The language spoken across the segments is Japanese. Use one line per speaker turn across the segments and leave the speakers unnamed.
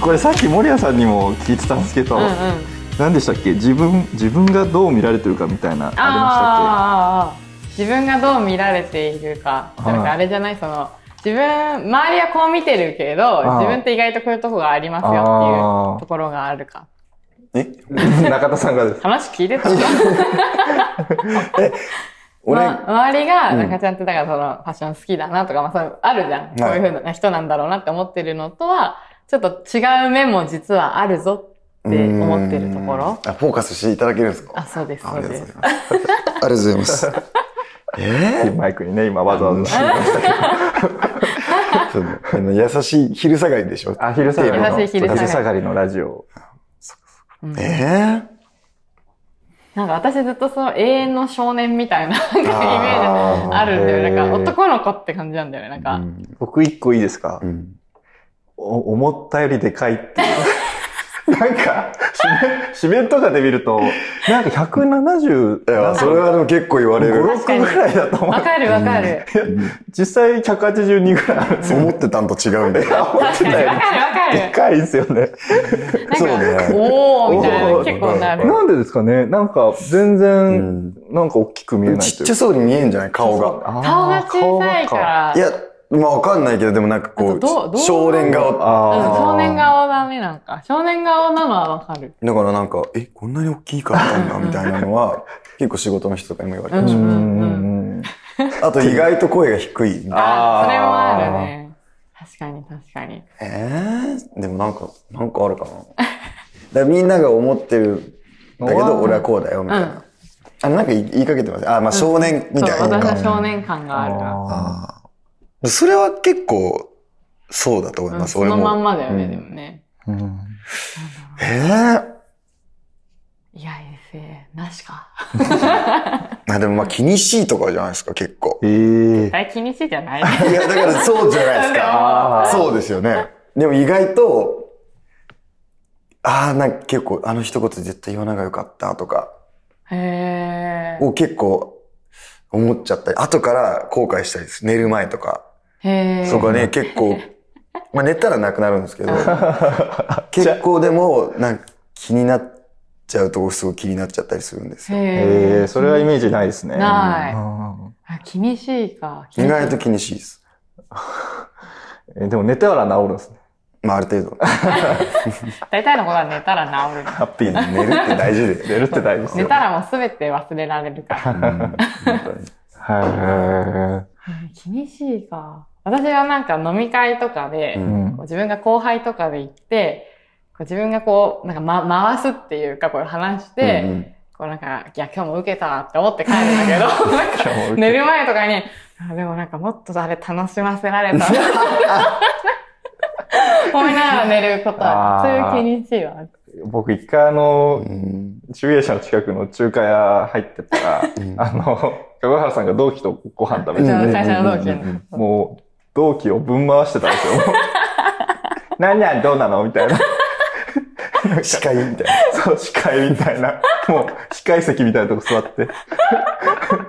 これさっき守屋さんにも聞いてたんですけど、
うんうん、
何でしたっけ自分自分がどう見られてるかみたいなありま
あーあーあー自分がどう見られているか
はい
なんかあれじゃないその自分周りはこう見てるけど
ー
自分って意外とこういうとこがありますよって
あ
い
ー
うところがあるか
え
したっけ 中田さんがです
話聞いてた
俺、
ま周りが
うん
中ちゃんってだからそのファッション好きだなとか、まあ、そうあるじゃん、こういうふうな人なんだろうなって思ってるのとはちょっと違う面も実はあるぞって思ってるところ
うーんあ、フォーカスしていただけるんですか
あそうです
あ
そ
り
う
がとう
で
ござ
す
います。ありがとうございます。え
マイクにね今わざわざ
ー そのあの優しい昼下がりでしょ
あ昼下がりの
優しい昼下がり
のラジオ
うん
えー
なんか私ずっとその永遠の少年みたいななんか イメージ
あー
あるんだよ。なん
へー
か男の子って感じなんだよね。なんか、
うん
僕一個いいですか、
うん
お思ったよりでかいって いうなんか紙面紙面とかで見るとなんか170
いや、それはでも結構言われる。
56ぐらいだと思う
わかるわかる。
実際182ぐらいあるんですよ
思ってたんと違うん
思
で。
って
確か
た
に
よ
わ
り
かるわか
で
る。
かいですよね
そう
なんか、
ね
おーみたい
お
な
ー
結構なる。
なんでですかねなんか全
う
然、
ん
なんか大きく見えない
ちっ
とい
ちゃ
う
そうに見えんじゃない顔が。
か
顔が小さいか
あ
ら、
い
うん
や、まあわかんないけど、でもなんか
あ
こ
とどうど
う、
う
少年
ー
顔。
あー
少年顔だね、なんか。少年顔なのはわかる。
だからなんか、え、こんなに大きい顔なんだ、みたいなのは、結構仕事の人とかにも言われてま
う
し
ん
う
うん
うん
んうん
た。あと意外と声が低い。
あ
あ
ー
ーそれもあるね。確かに確かに。
えー、でもなんか、なんかあるかな。だからみんなが思ってるんだけど、俺はこうだよ、みたいな。あ、なんか言い言いかけてます。あ、まあ少年み
そう、
たいな
私は
か。
少年感があるな。
あ
あーそれは結構、そうだと思い
うん
ます、
その
俺も。
まんまだよね、
うん
でもね。
ーうん
えー、
いや、衛生、なしか。
まあでもまあ気にしいとかじゃないですか、結構。
えー
大気にしいじゃない
いや、だからそうじゃないですか。
あー
そうですよね。でも意外と、ああ、なんか結構、あの一言絶対言わないがよかったとか、
へー
を結構思っちゃったり、後から後悔したりです。寝る前とか。
へー
そこはね、結構、まあ寝たらなくなるんですけど、結構でも、なんか気になっちゃうとこすごい気になっちゃったりするんですよ。
へ
えー、それはイ
ー
メージないですね。
ない
うん
あ、厳しいか。
意外と気にしいです。
えでも寝たら治るんですね。
まああ る程度。
大体のことは寝たら治る。
ハッピーに。
寝るって大事で。
寝るって大事です
寝
よ。
たらもうすべて忘れられるから。
本当に
は
厳しいか。私はなんか飲み会とかで、
う
い。
ん
う
こ
ん
う自分が後輩とかで行って、こう自分がこう、なんか、ま、回すっていうか、こう話して、
うんうん
こうなんか、いや、今日も受けたって思って帰るんだけど、なん か
今日も受けた
寝る前とかに、あでもなんかもっとあれ楽しませられ たな。思いながら寝ることは、
あー
そういう気にしいわ。
僕一回あの
う、ん
中英社の近くの中華屋入ってたら、あの、籠原さんが同期とご飯食べ
う
て
ち
て、
の会社の同期の。
もう、同期をぶん回してたんですよ。 なんなんどうなのみたいな。
司会みたいな。
そう、司会みたいな。もう、司会席みたいなとこ座って。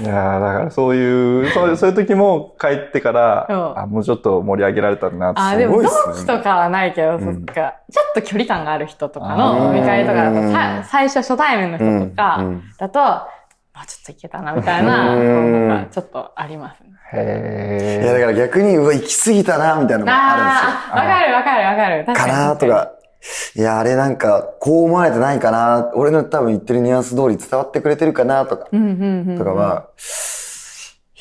いやーだからそういう、そういう、そういう時も帰ってから、
うん
あ、もうちょっと盛り上げられたなって。
あー、でも
すごいっ
同
すね
期とかはないけど、そっか。ちょっと距離感がある人とかの飲み会とかだ
あ
と、
ー
さ最初初対面の
うん
人とか
うん
だと、あ、ちょっといけたな、みたいな、
うん
なんかちょっとありますね。
へ
いや、だから逆に、うわ、行き過ぎたな、みたいなのもあ
あー、わかるわかるわかる。
るん
確
ですよ。か
に
なーと。か。いや、あれなんか、こう思われてないかな。俺の多分言ってるニュアンス通り伝わってくれてるかな、とか、
うんうんうん。
とかは、い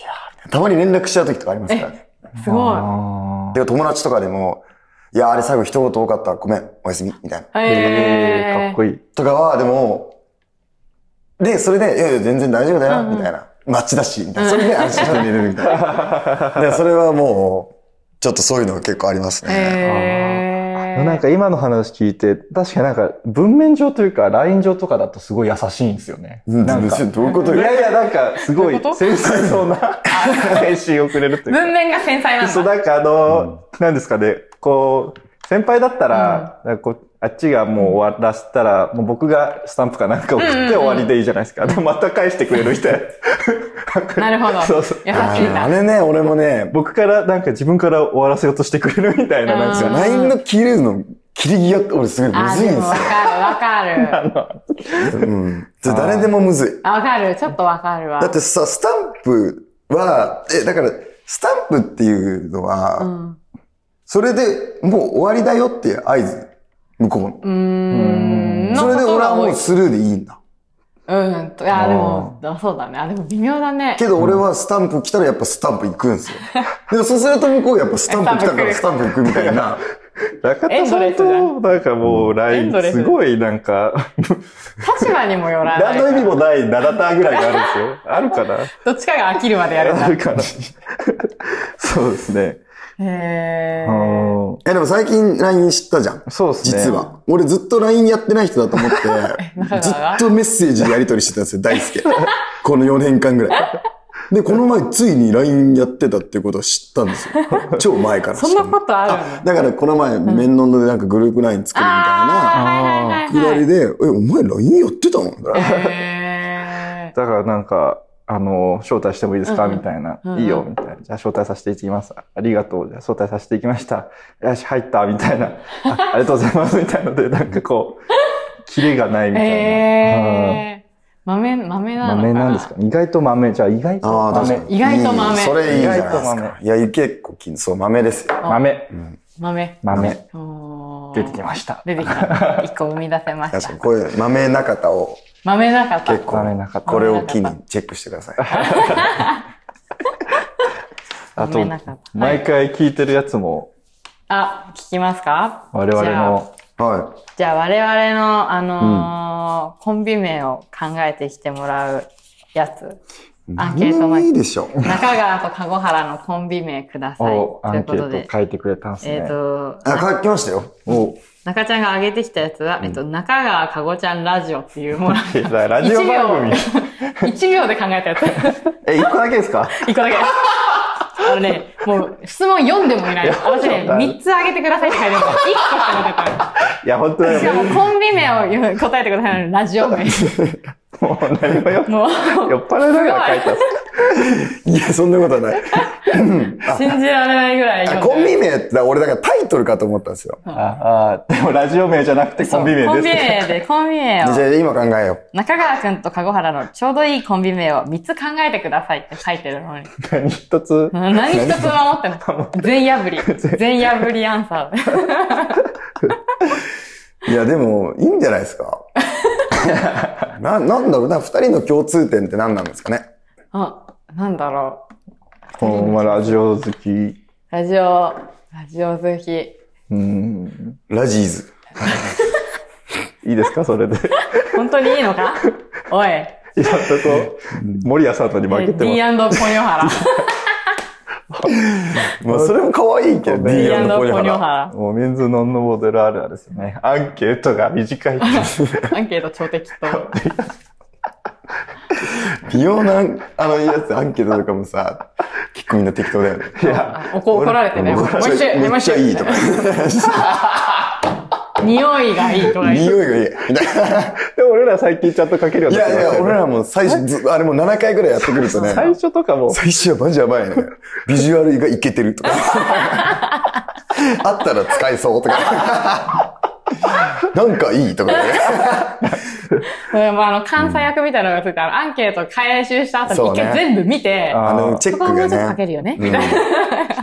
やー、たまに連絡しちゃう時とかありますからね。
すごい。
あー
で、友達とかでも、いや、あれ最後一言多かった。ごめん、おやすみ、みたいな。
へー
かっこいい。
とかは、でも、で、それで、いやいや、全然大丈夫だよ、
うんうん
みたいな。マッチだし、みたいな。それで安心して寝れるみたいな。だからそれはもう、ちょっとそういうのが結構ありますね。
へー
なんか今の話聞いて、確かになんか文面上というか、ライン上とかだとすごい優しいんですよね。
うん
なんか
ちょっとどういうこと
いやいや、なんかすごい
どういうこと
繊細そうな返信をくれるというか
文面が繊細なんだ。
そう、なんかあの、なんですかね、こう、先輩だったら、なんかこうあっちがもう終わらせたら、もう僕がスタンプかなんか送っ
うんうんう
て
ん
終わりでいいじゃないですか。でもまた返してくれる人や。
なるほど。
そうそう
優しい
あーあ
な。
れね、俺もね、
僕からなんか自分から終わらせようとしてくれるみたいな、なん
うん
か、
LINE の切れるの、切り際って俺すごいむ
あー、
ずい
で
んで
もわかるわかる。
すよ。うん。じゃあ誰でもむずい。
あ、わかる。ちょっとわかるわ。
だってさ、スタンプは、え、だから、スタンプっていうのは、
うん。う
それでもう終わりだよっていう合図。向こうの。
ーん。
それで
のこと
俺
が多
はも
いう
スルーでいいんだ。
うん。とあ、でも、あそうだね。あ、でも微妙だね。
けど俺はスタンプ来たらやっぱスタンプ行く んですよ。でもそうすると向こうやっぱスタンプ来たから
ス
スタンプ行くみたいな。
中
エ
田
ンド
さ
レ
ん
スじゃん
と、なんかもう
エン
LINE
ドレス
すごいなん か、
立場にもよらない。
何の意味もない7タ ーンぐらいがあるんですよ。あるかな
どっちかが飽きるまでやるんだ
あ。るかなそうですね。
へ
う
ー。
ん
え、でも最近 LINE 知ったじゃん。
そうですね。
実は。俺ずっと LINE やってない人だと思 って、
中
ずっ
川が
とメッセージやり取りしてたんですよ、大輔。この4年間ぐらい。で、この前ついに LINE やってたっていうことを知ったんですよ。超前から知った
そん
の
なことあるの
だからこの前、面談でなんかグループ LINE 作るみたいな、
あー
く
はいはい
だ
はい
りで、え、お前 LINE やってたの
はい。へ
だからなんか、あの、招待してもいいですか、
うんうん
みたいな、
うんうん
いいよ、みたいな。じゃあ招待させていただきます。ありがとう。じゃあ招待させていただきました。よし、入った、みたいな。あありがとうございます、みたいなので、なんかこう、キレがない
ー。
みたいな。うん
へー。豆、豆なのかな
豆なんですか意外と豆。じゃあ意外と
ああ、確か
豆。
に。
意外と豆
いいそれいいじゃないです
意外と
か。いや、結構気に、そう、豆ですよ。
豆。
豆。
豆。
おー
出てきました。
出てき た。一個生み出せまし
確か
た
に、。こういう豆な方を、
豆なかった。
結構
豆なかった
これを機にチェックしてください。
あ
豆
と
なかっ、た
毎回聞いてるやつも、
あ、聞きますか
我々。の、
は
じゃあ、じゃあ我々の、あのーコンビ名を考えてきてもらうやつ。
い。
アンケート
も
前
いいでしょ。
中川と籠原のコンビ名ください。
を
と
ア
い
ン
う
ケ
こと
ー
で
ト。書いてくれたんです
えっ、
ね。
と、
あ、書きましたよ。
お
中ちゃんが上げてきたやつは、えっと、中川かごちゃんラジオっていうもの。
えラジオ番組。
1秒で考えたや つ。
え、1個だけです か
一個だけ。あのね、もう質問読んでもいない。私ね、3つあげてくださいって書いてあるから、1個しかなかっ
いや、本当だ
た。しか
よ
も。コンビ名を答えてくださいのにラジオ名。
もう何もよ
もう、
酔っ払いながら書いたんです
いや、そんなことは ない。
信じられないぐらい
あ
読んでる。
コンビ名って、俺だからタイトルかと思ったんですよ。
ああー、でもラジオ名じゃなくてコンビ
コ
名
ンビ
で
名で、コンビ名
じゃ
を。
あ今考えよう。
中川くんと籠原のちょうどいいコンビ名を3つ考えてくださいって書いてるのに。
す。何一つ
何一つ守ってない。全破り。 全破りアンサー。
いや、でも、いいんじゃないですか。 な、なんだろうな、二人の共通点って何なんですかね。
あ、なんだろう。
ほんまラジオ好き。
ラジオ、ラジオ好き。
うん。
ラジーズ。
いいですかそれで。 い
本当にいいのかおい。
や、ちょっと、森谷さんとに負け
D&
て
ポ
ま
ニ
す。
ョハラ。
まあ、それも可愛いけど、
D&P
D&
ポ
ポニ
の声
ョ
から。
ハ
もうメンズノンノモデルあるあるですよね。アンケートが短いって いう。
ラ。アンケート超適当。
美容な、あの、やつ、アンケートとかもさ、結構みんな適当だよね。
いや、
あおこ怒られてね。もう
めっ
一
ち
周、
ゃ
も
め
う
っ
一周
ちゃいいと か。
匂いがいいとか
匂
言う。
いがいい。みたいな
でも俺ら最近ちゃんと書けるよう
い
になっ
や
て
い
ました
や、
よね
俺らも最初、ずあれもう7回ぐらいやってくると ね、
最初とかも、
最初はマジやばいね。ビジュアルがイケてる とか。あったら使えそうとか。なんかいいとかね。
うんまああの、関西役みたいなのがついて、あの、アンケート回収した後
そう
に一
ね
回全部見て、
あ
あの、チェ
そ
ッ
こは
ク
もうちょっと
が
かけ
ね。
るよね。
うん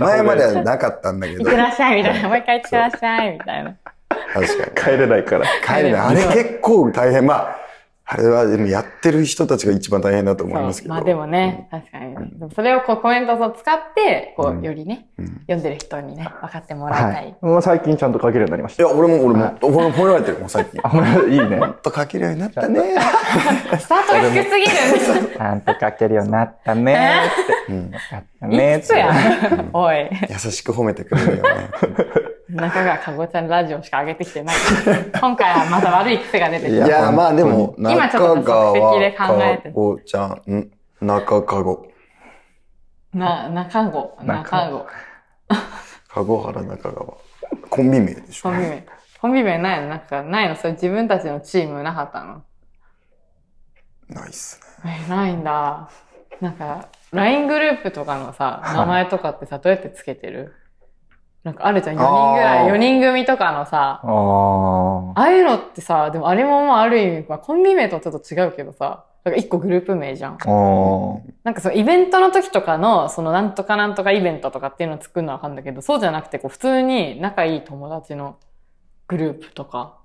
前まではなかったんだけ
いっ
ど、
て
確
らっしゃい、みたいな。もう一回いってらっしゃい、みたいな。
かに。
帰れないから。
帰れない。あれ結構大変。まあ、あれはでもやってる人たちが一番大変だと思います
そ
け
う
ど。
まあでもね、確かにね。でもそれをこうコメントを使って、こう、よりね、読んでる人にね、分かってもらいたい。。
もう最近ちゃんと書けるようになりまし
い
た。
や、俺も、俺も、俺も褒められてるもん、最近。や
あ、ほんまいいね。
っと書けるようになったね。
スタートが低すぎる。
ちゃんと書けるようになったねって。よかったねっ
そうや。 おい。
優しく褒めてくれるよね。
中川かごちゃんラジオしか上げてきてない。今回はまた 悪い癖が出てき
い
た。
や、まあでも、
今ちょっと即席で考えて
かごちゃん、ん中かご。
な、中ご、中
中
ご。
かご原中川。コンビ名でし
コ
ょ
ン。ビ名。コンビ名ないのなんか、ないのそれ自分たちのチームなかったの
ないっすね。
え、ないんだ。なんか、LINE グループとかのさ、
はい
名前とかってさ、どうやってつけてるなんかあるじゃん、4人ぐら
あ
い、
ー
4人組とかのさ、
ああ。
ああいうのってさ、でもあれもまあある意味、まあ、コンビ名とはちょっと違うけどさ、なんか一個グループ名じゃん。
おー
なんかそのイベントの時とかの、そのなんとかなんとかイベントとかっていうのを作るのはわかるんだけど、そうじゃなくて、こう普通に仲いい友達のグループとか。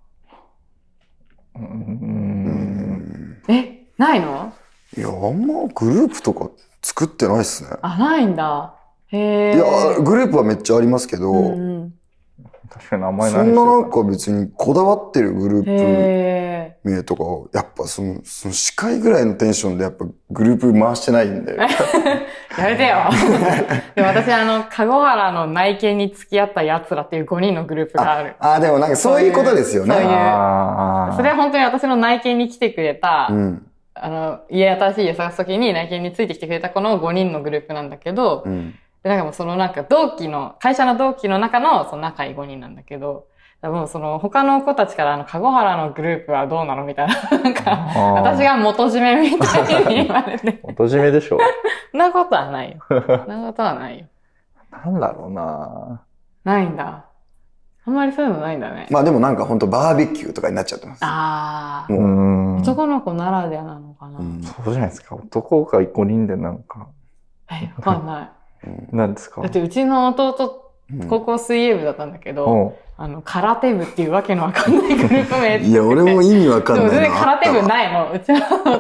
うー。
うんん。
え、ないの
いや、あんまグループとか作ってないっすね。
あ、ないんだ。へえ。
いや、グループはめっちゃありますけど、
うんうん、
確かに名前
そ
何
ん
にし
な
よ
な
うん
か別にこだわってるグルー
へ
プ名とかを、やっぱその、その司会ぐらいのテンションでやっぱグループ回してないんで。
え。やめてよ。 で私、あの、籠原の内見に付き合った奴らっていう5人のグループがある。
ああ、でもなんかそういうことですよ
そう
か
いう
ね。
あー
それは本当に私の内見に来てくれた、
うん。
あの、家新しい家探す時に内見についてきてくれたこの5人のグループなんだけど、
うん。
で、なんかもうそのなんか同期の、会社の同期の中のその仲いい5人なんだけど、だからもうその他の子たちからあの、籠原のグループはどうなのみたい な、なんか、
あー
私が元締めみたいに言われて、
元締めでしょ。
そんなことはない よ。そんなことはないよ。
なんだろうな
ないんだ。あんまりそういうのないんだね。
まあでもなんか本当バーベキューとかになっちゃってます。
ああ、
う
う
ーん。そ
男の子ならではなのかな。
うん。
うじゃないですか。男が5人でなんか、
え、わかんない。
うん
なんですか
だってうちの弟、
うん
高校水泳部だったんだけど、
おう
あの、空手部っていうわけのわかんないグループ名って
いや、俺も意味わかん
で
ない
も全
な。
然空手部
い。
ないの。うちの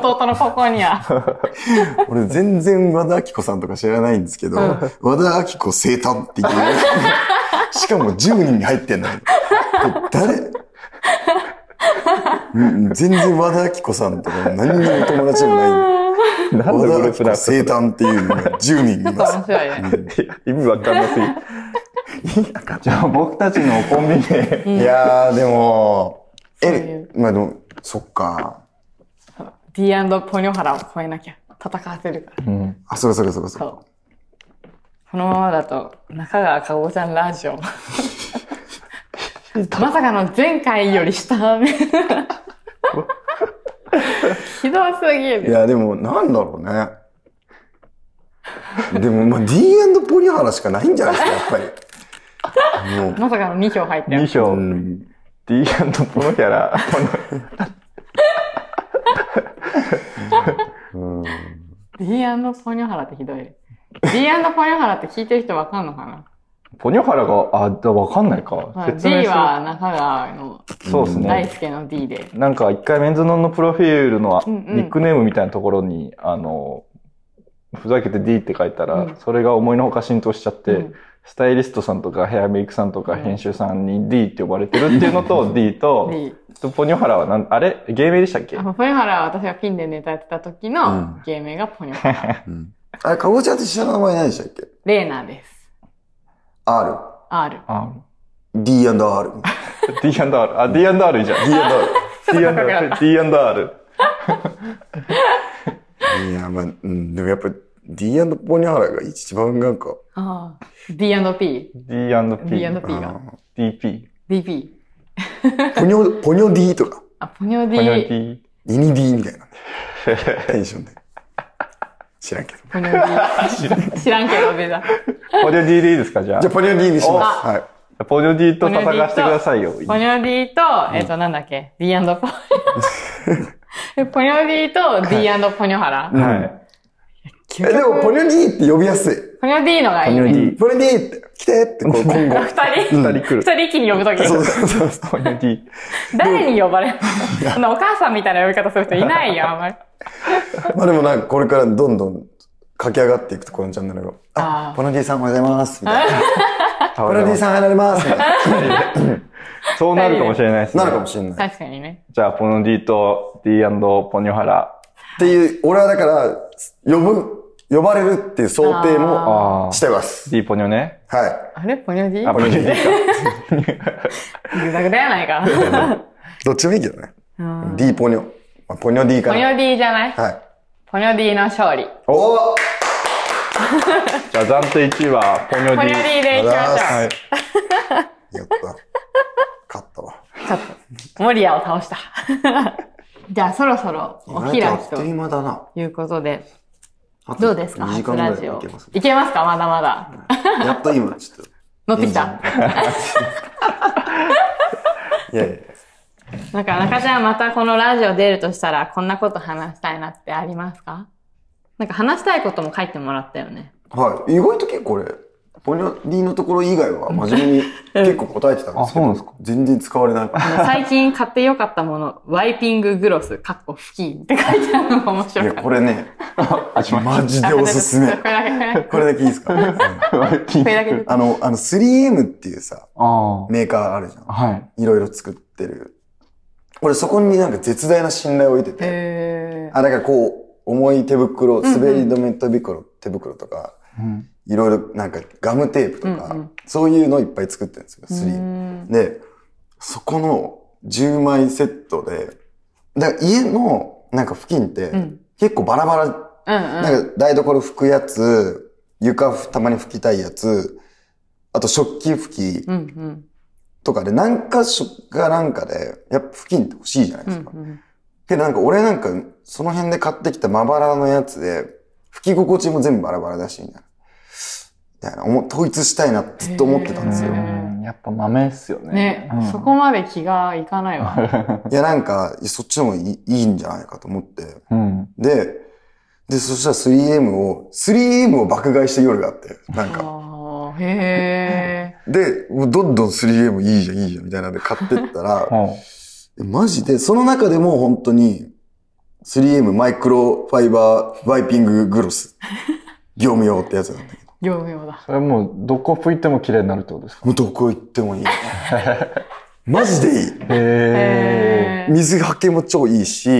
弟の高校には。
俺全然和田アキ子さんとか知らないんですけど、
うん
和田アキ子生誕っ て言ってるしかも10人に入ってんのに。誰うん全然和田アキ子さんとか何にも友達もない。
何の
和
グ
田
ル
ア
ー
キ
プな
子
んですか
生誕っていうのが10人い
ちょっと
ます。
面白いね。
いや意味わかんなすぎる じゃあ僕たちのコンビ名。
いやー、でも、
そうい
え
う、
まあでも、そっか。
D& ポニョハラを超えなきゃ。戦わせるから。
うん。
あ、そうかそうかそうかそ
そ
うか。
う。このままだと、中川かごちゃんラジ オ。まさかの前回より下。 ひどすぎ
い
る。
や、でも、なんだろうね。でも、まあ、D& ポリハラしかないんじゃないですか、やっぱり。もう。
まさかの2票入って
2
る。
票
う、ん
D& ポノヒャラ、ポノ
D& ポニョハラってひどい。D& ポニョハラって聞いてる人わかんのかな
ポニョハラが、あ、だわかんないか。
まあ
説明
D
する。
は中川の
そうです
大
ね。
輔の D で。
なんか一回メンズノンのプロフィールの
うんうん
ニックネームみたいなところに、あの、ふざけて D って書いたら、
うん
それが思いのほか浸透しちゃって、
うん
スタイリストさんとかヘアメイクさんとか
うん
編集さんに D って呼ばれてるっていうのと D と、
D。
ポニョハラはなん、あれ芸名でしたっけ
あのポニョハラは私がピンでネタやってた時
う
の
ん
芸名がポニョハラ。
うんあれ、かぼちゃって下の名前何でしたっけ
レーナーです。
?R。
R。
あ
D&R。D&R。
D&R。あ、D&R いいじゃん。D&R。D&R。
いや、まあ、うん、でもやっぱ、D& ポリハラが一番なんか、
ああ。D&P。
D&P。
D&P が。
DP。
DP。
ポニョ、ポニョ D とか、
あ、ポニョ
ポニョ
D。
D。
イニ D みたいな。テンションで。知らんけど。
ポニョ D。知らんけど、ベザ。
ポニョ D でいいですかじゃ
じゃあ、ポニョ D にします。はい。
あ。ポニョ D と戦わせてくださいよ。
ポニョ D と、えっと、なんだっけ ?D& ポニョ。えポニョ D と D& ポニョハラ。
はい。
究
え、で
極
も、ポニョ D って呼びやすい。
ポニョ D のがいい
ポニョ
ね。
D
うんポニョ D って、来てって、こう、今後。
二
二
人
人来る。
二人一気に呼ぶとき。
そうそうそう。
ポニョ D。
誰に呼ばれるの そんなお母さんみたいな呼び方する人いない よ、あんまり。
まあでもなんかこれからどんどん駆け上がっていくと、このチャンネルが。
あ
あ
ー、
ポノディさんおはようございます。みたいな。
ポ
ポノディさんおはようございます。みたいな。
そうなるかもしれないですね。
なるかもしれない。っ
確かにね。
じゃあ、ポノ D と D& ポニョハラ。
ていう、俺はだから、呼ぶ、呼ばれるっていう想定も
あ
し
あ。
てます。
D ポニョね。
は
あれポニョ D?
あ、ポニョ D か。
グダグダやない か。
い。 どっちもいいけどね。
うん
D ポニョ。まあポニョ D か
ポニ
な。
ョ D じゃない
はい。
ポニョ D の勝利。
おー
じゃあ、暫定1位はポニョ
ポニ
D。
ョ D でいきましょう。
はいやった。勝ったわ。
ちょっと、モリアを倒した。 じゃあ、そろそろお開き
意外とあっ
と
という間だな。
いうことで、
あと
どうですか
2時
初
間ぐら
ラ
い
ジ
で
オ
いけます。。
いけますかまだまだ。
やっと今、ちょっと。
乗ってきた。
いやいや。
なんか、中ちゃんまたこのラジオ出るとしたら、こんなこと話したいなってありますかなんか話したいことも書いてもらったよね。
はい。意外と結構俺、ポニョリのところ以外は真面目に結構答えてたんですけ
あそうなん
ど、
ですか
全然使われない。
あの最近買ってよかったもの、ワイピンググロス、カッコフキーって書いてあるのが面
い
白
や、
かっ
これね、
あ、しま
マジ
た。
でおすすめ
こ。れだけ、これだけこ
これだけいいですか、うん
した。ピン
れだけ
ク。
で。
あの、あの 3M っていうさ、
あ
メーカーあるじゃ
あ。
ん。
はい。
いろいろ作ってる。俺そこになんか絶大な信頼を置いてて、
えー
あ、だからこう、重い手袋、
んうん
滑り止め手袋、手袋とか、
うん。
いろいろなんかガムテープとか、
うんうん
そういうのいっぱい作ってるんですよ、3M。
うん
で、そこの10枚セットで、だから家のなんか付近
うん。う
って
ん
結構バラバラ、
うん。
なんか台所拭くやつ、床たまに拭きたいやつ、あと食器拭き
うんうん。
とかで何か所かなんかで、やっぱ付近って欲しいじゃないで
う
すか。
ん
けどなんか俺なんかその辺で買ってきたまばらのやつで、拭き心地も全部バラバラだし、みたいな。みたいな思う統一したいなってずっと思ってたんですよ
へ。ー
やっぱ豆っすよ
う
ね。
ん。ね
うん、
そこまで気がいかないわ。
いやなんか、いやそっちの方がいいいいんじゃないかと思って。
うん。
で、で、そしたら 3M を、3M を爆買いした夜があって、なんか。
あーへ
で、もうどんどん 3M いいじゃん、いいじゃん、みたいなので買ってったら、
は
えマジで、その中でも本当に、3M マイクロファイバーワイピンググロス、業務用ってやつなんだけど、
ー。業務用だ。
それもう、どこ拭いても綺麗になるってことですか
もうどこ行って もいい。マジでいい。
へ
へー
水はけも超いい
え。
し、
へ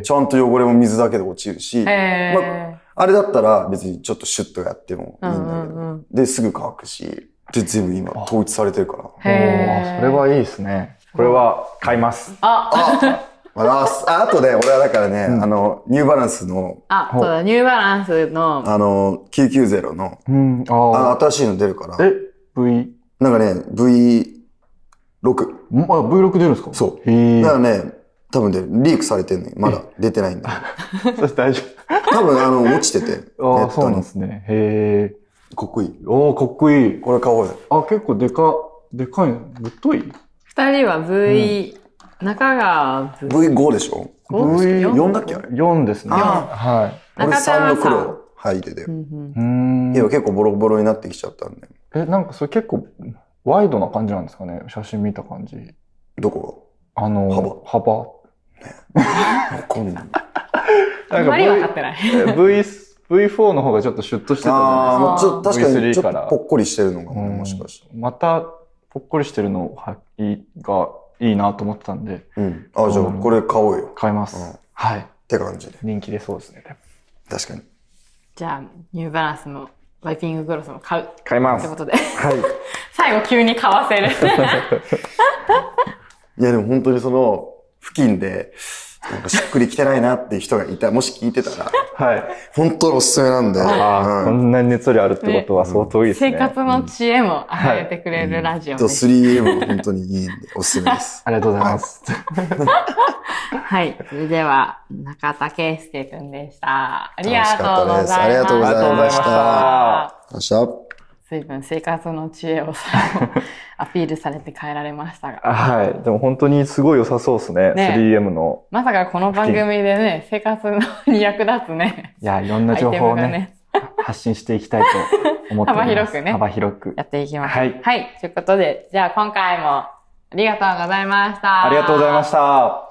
え。
ちゃんと汚れも水だけで落ちるし、
へ
まあれだったら別にちょっとシュッとやってもいいんだけど、
うんうんうん
で、すぐ乾くし、で、全部今統一されてるから。
ー。へ
おー
ー。
それはいいですね。これは買います。
あ、
あ、あああとで、俺はだからね、
ん
あの、ニューバランスの、
あ、そうだ、ニューバランスの、
あの、990の、
うん。
あ
あ
の、新しいの出るから
あ。、え、V、
なんかね、V6。
んあ、V6 出るんですか。
そう
へえ
だか。らね、多分で、リークされてんのに、まだ出てないんだ
そ して大丈
け ど。多分、あの、落ちてて、ネ
夫。ああ、
ッ
そうなん
トに
で。すね。へえ。
かっこいい。
おおかっこいい。
これ買おうよ。
あ、結構でか、でかいの。ぶっとい
二人は V、中川 V、
V5 でしょ
4?
4だっけあれ。
?4 ですね。
あ
は
俺
中田はさ
3の黒入ってて
う。んうん
い。うーん
いや、。結構ボロボロになってきちゃったんで。
え、なんかそれ結構、ワイドな感じなんですかね写真見た感じ。
どこ
あの、幅。
がわかんない。
あんまり分かってない。
V、V4 の方がちょっとシュッとしてたじ
ああ、
ゃ
もうちょっと確かに
V3
ちょっ
か
と
ら
ぽっこりしてるのかな、
ない
も
です
し
か。
かして。
うんまた、ぽっこりしてるのは履きがいいなと思ってたんで、
うん。あ、じゃあこれ買おうよ。
買いま
うん
す。はい。
って感じで。
人気出そうですね。
確かに。
じゃあ、ニューバランスのワイピンググロスも買う。っ
買いま
てことで。
はい。
最後急に買わせる。
いや、でも本当にその、付近で、なんかしっくりきてないなっていう人がいた、もし聞いてたら、
はい。
本当におすすめなんで。
ああ、こ
うん
んなに熱量あるってことは相当いいですね。
生活の知恵も与えてくれるラジオ
と
です。
3M は本当にいいんで、おすすめです。
ありがとうございます。
はい。それでは、中田圭介くんでした。ありが
楽し
と
か
う
った
ござい
で
ますした。
ありがとうございました明日。
随分生活の知恵を最後 アピールされて帰られましたが。
はい。でも本当にすごい良さそうですね。
ね
3M の。
まさかこの番組でね、生活のに役立つね、
いや、いろん
ア
な
イテ
情
ム
報を
がね、
ね、発信していきたいと思っております。
幅広くね
幅広く
や。っていきます。
はい
ということで、じゃあ今回もありがとうございました。
ありがとうございました。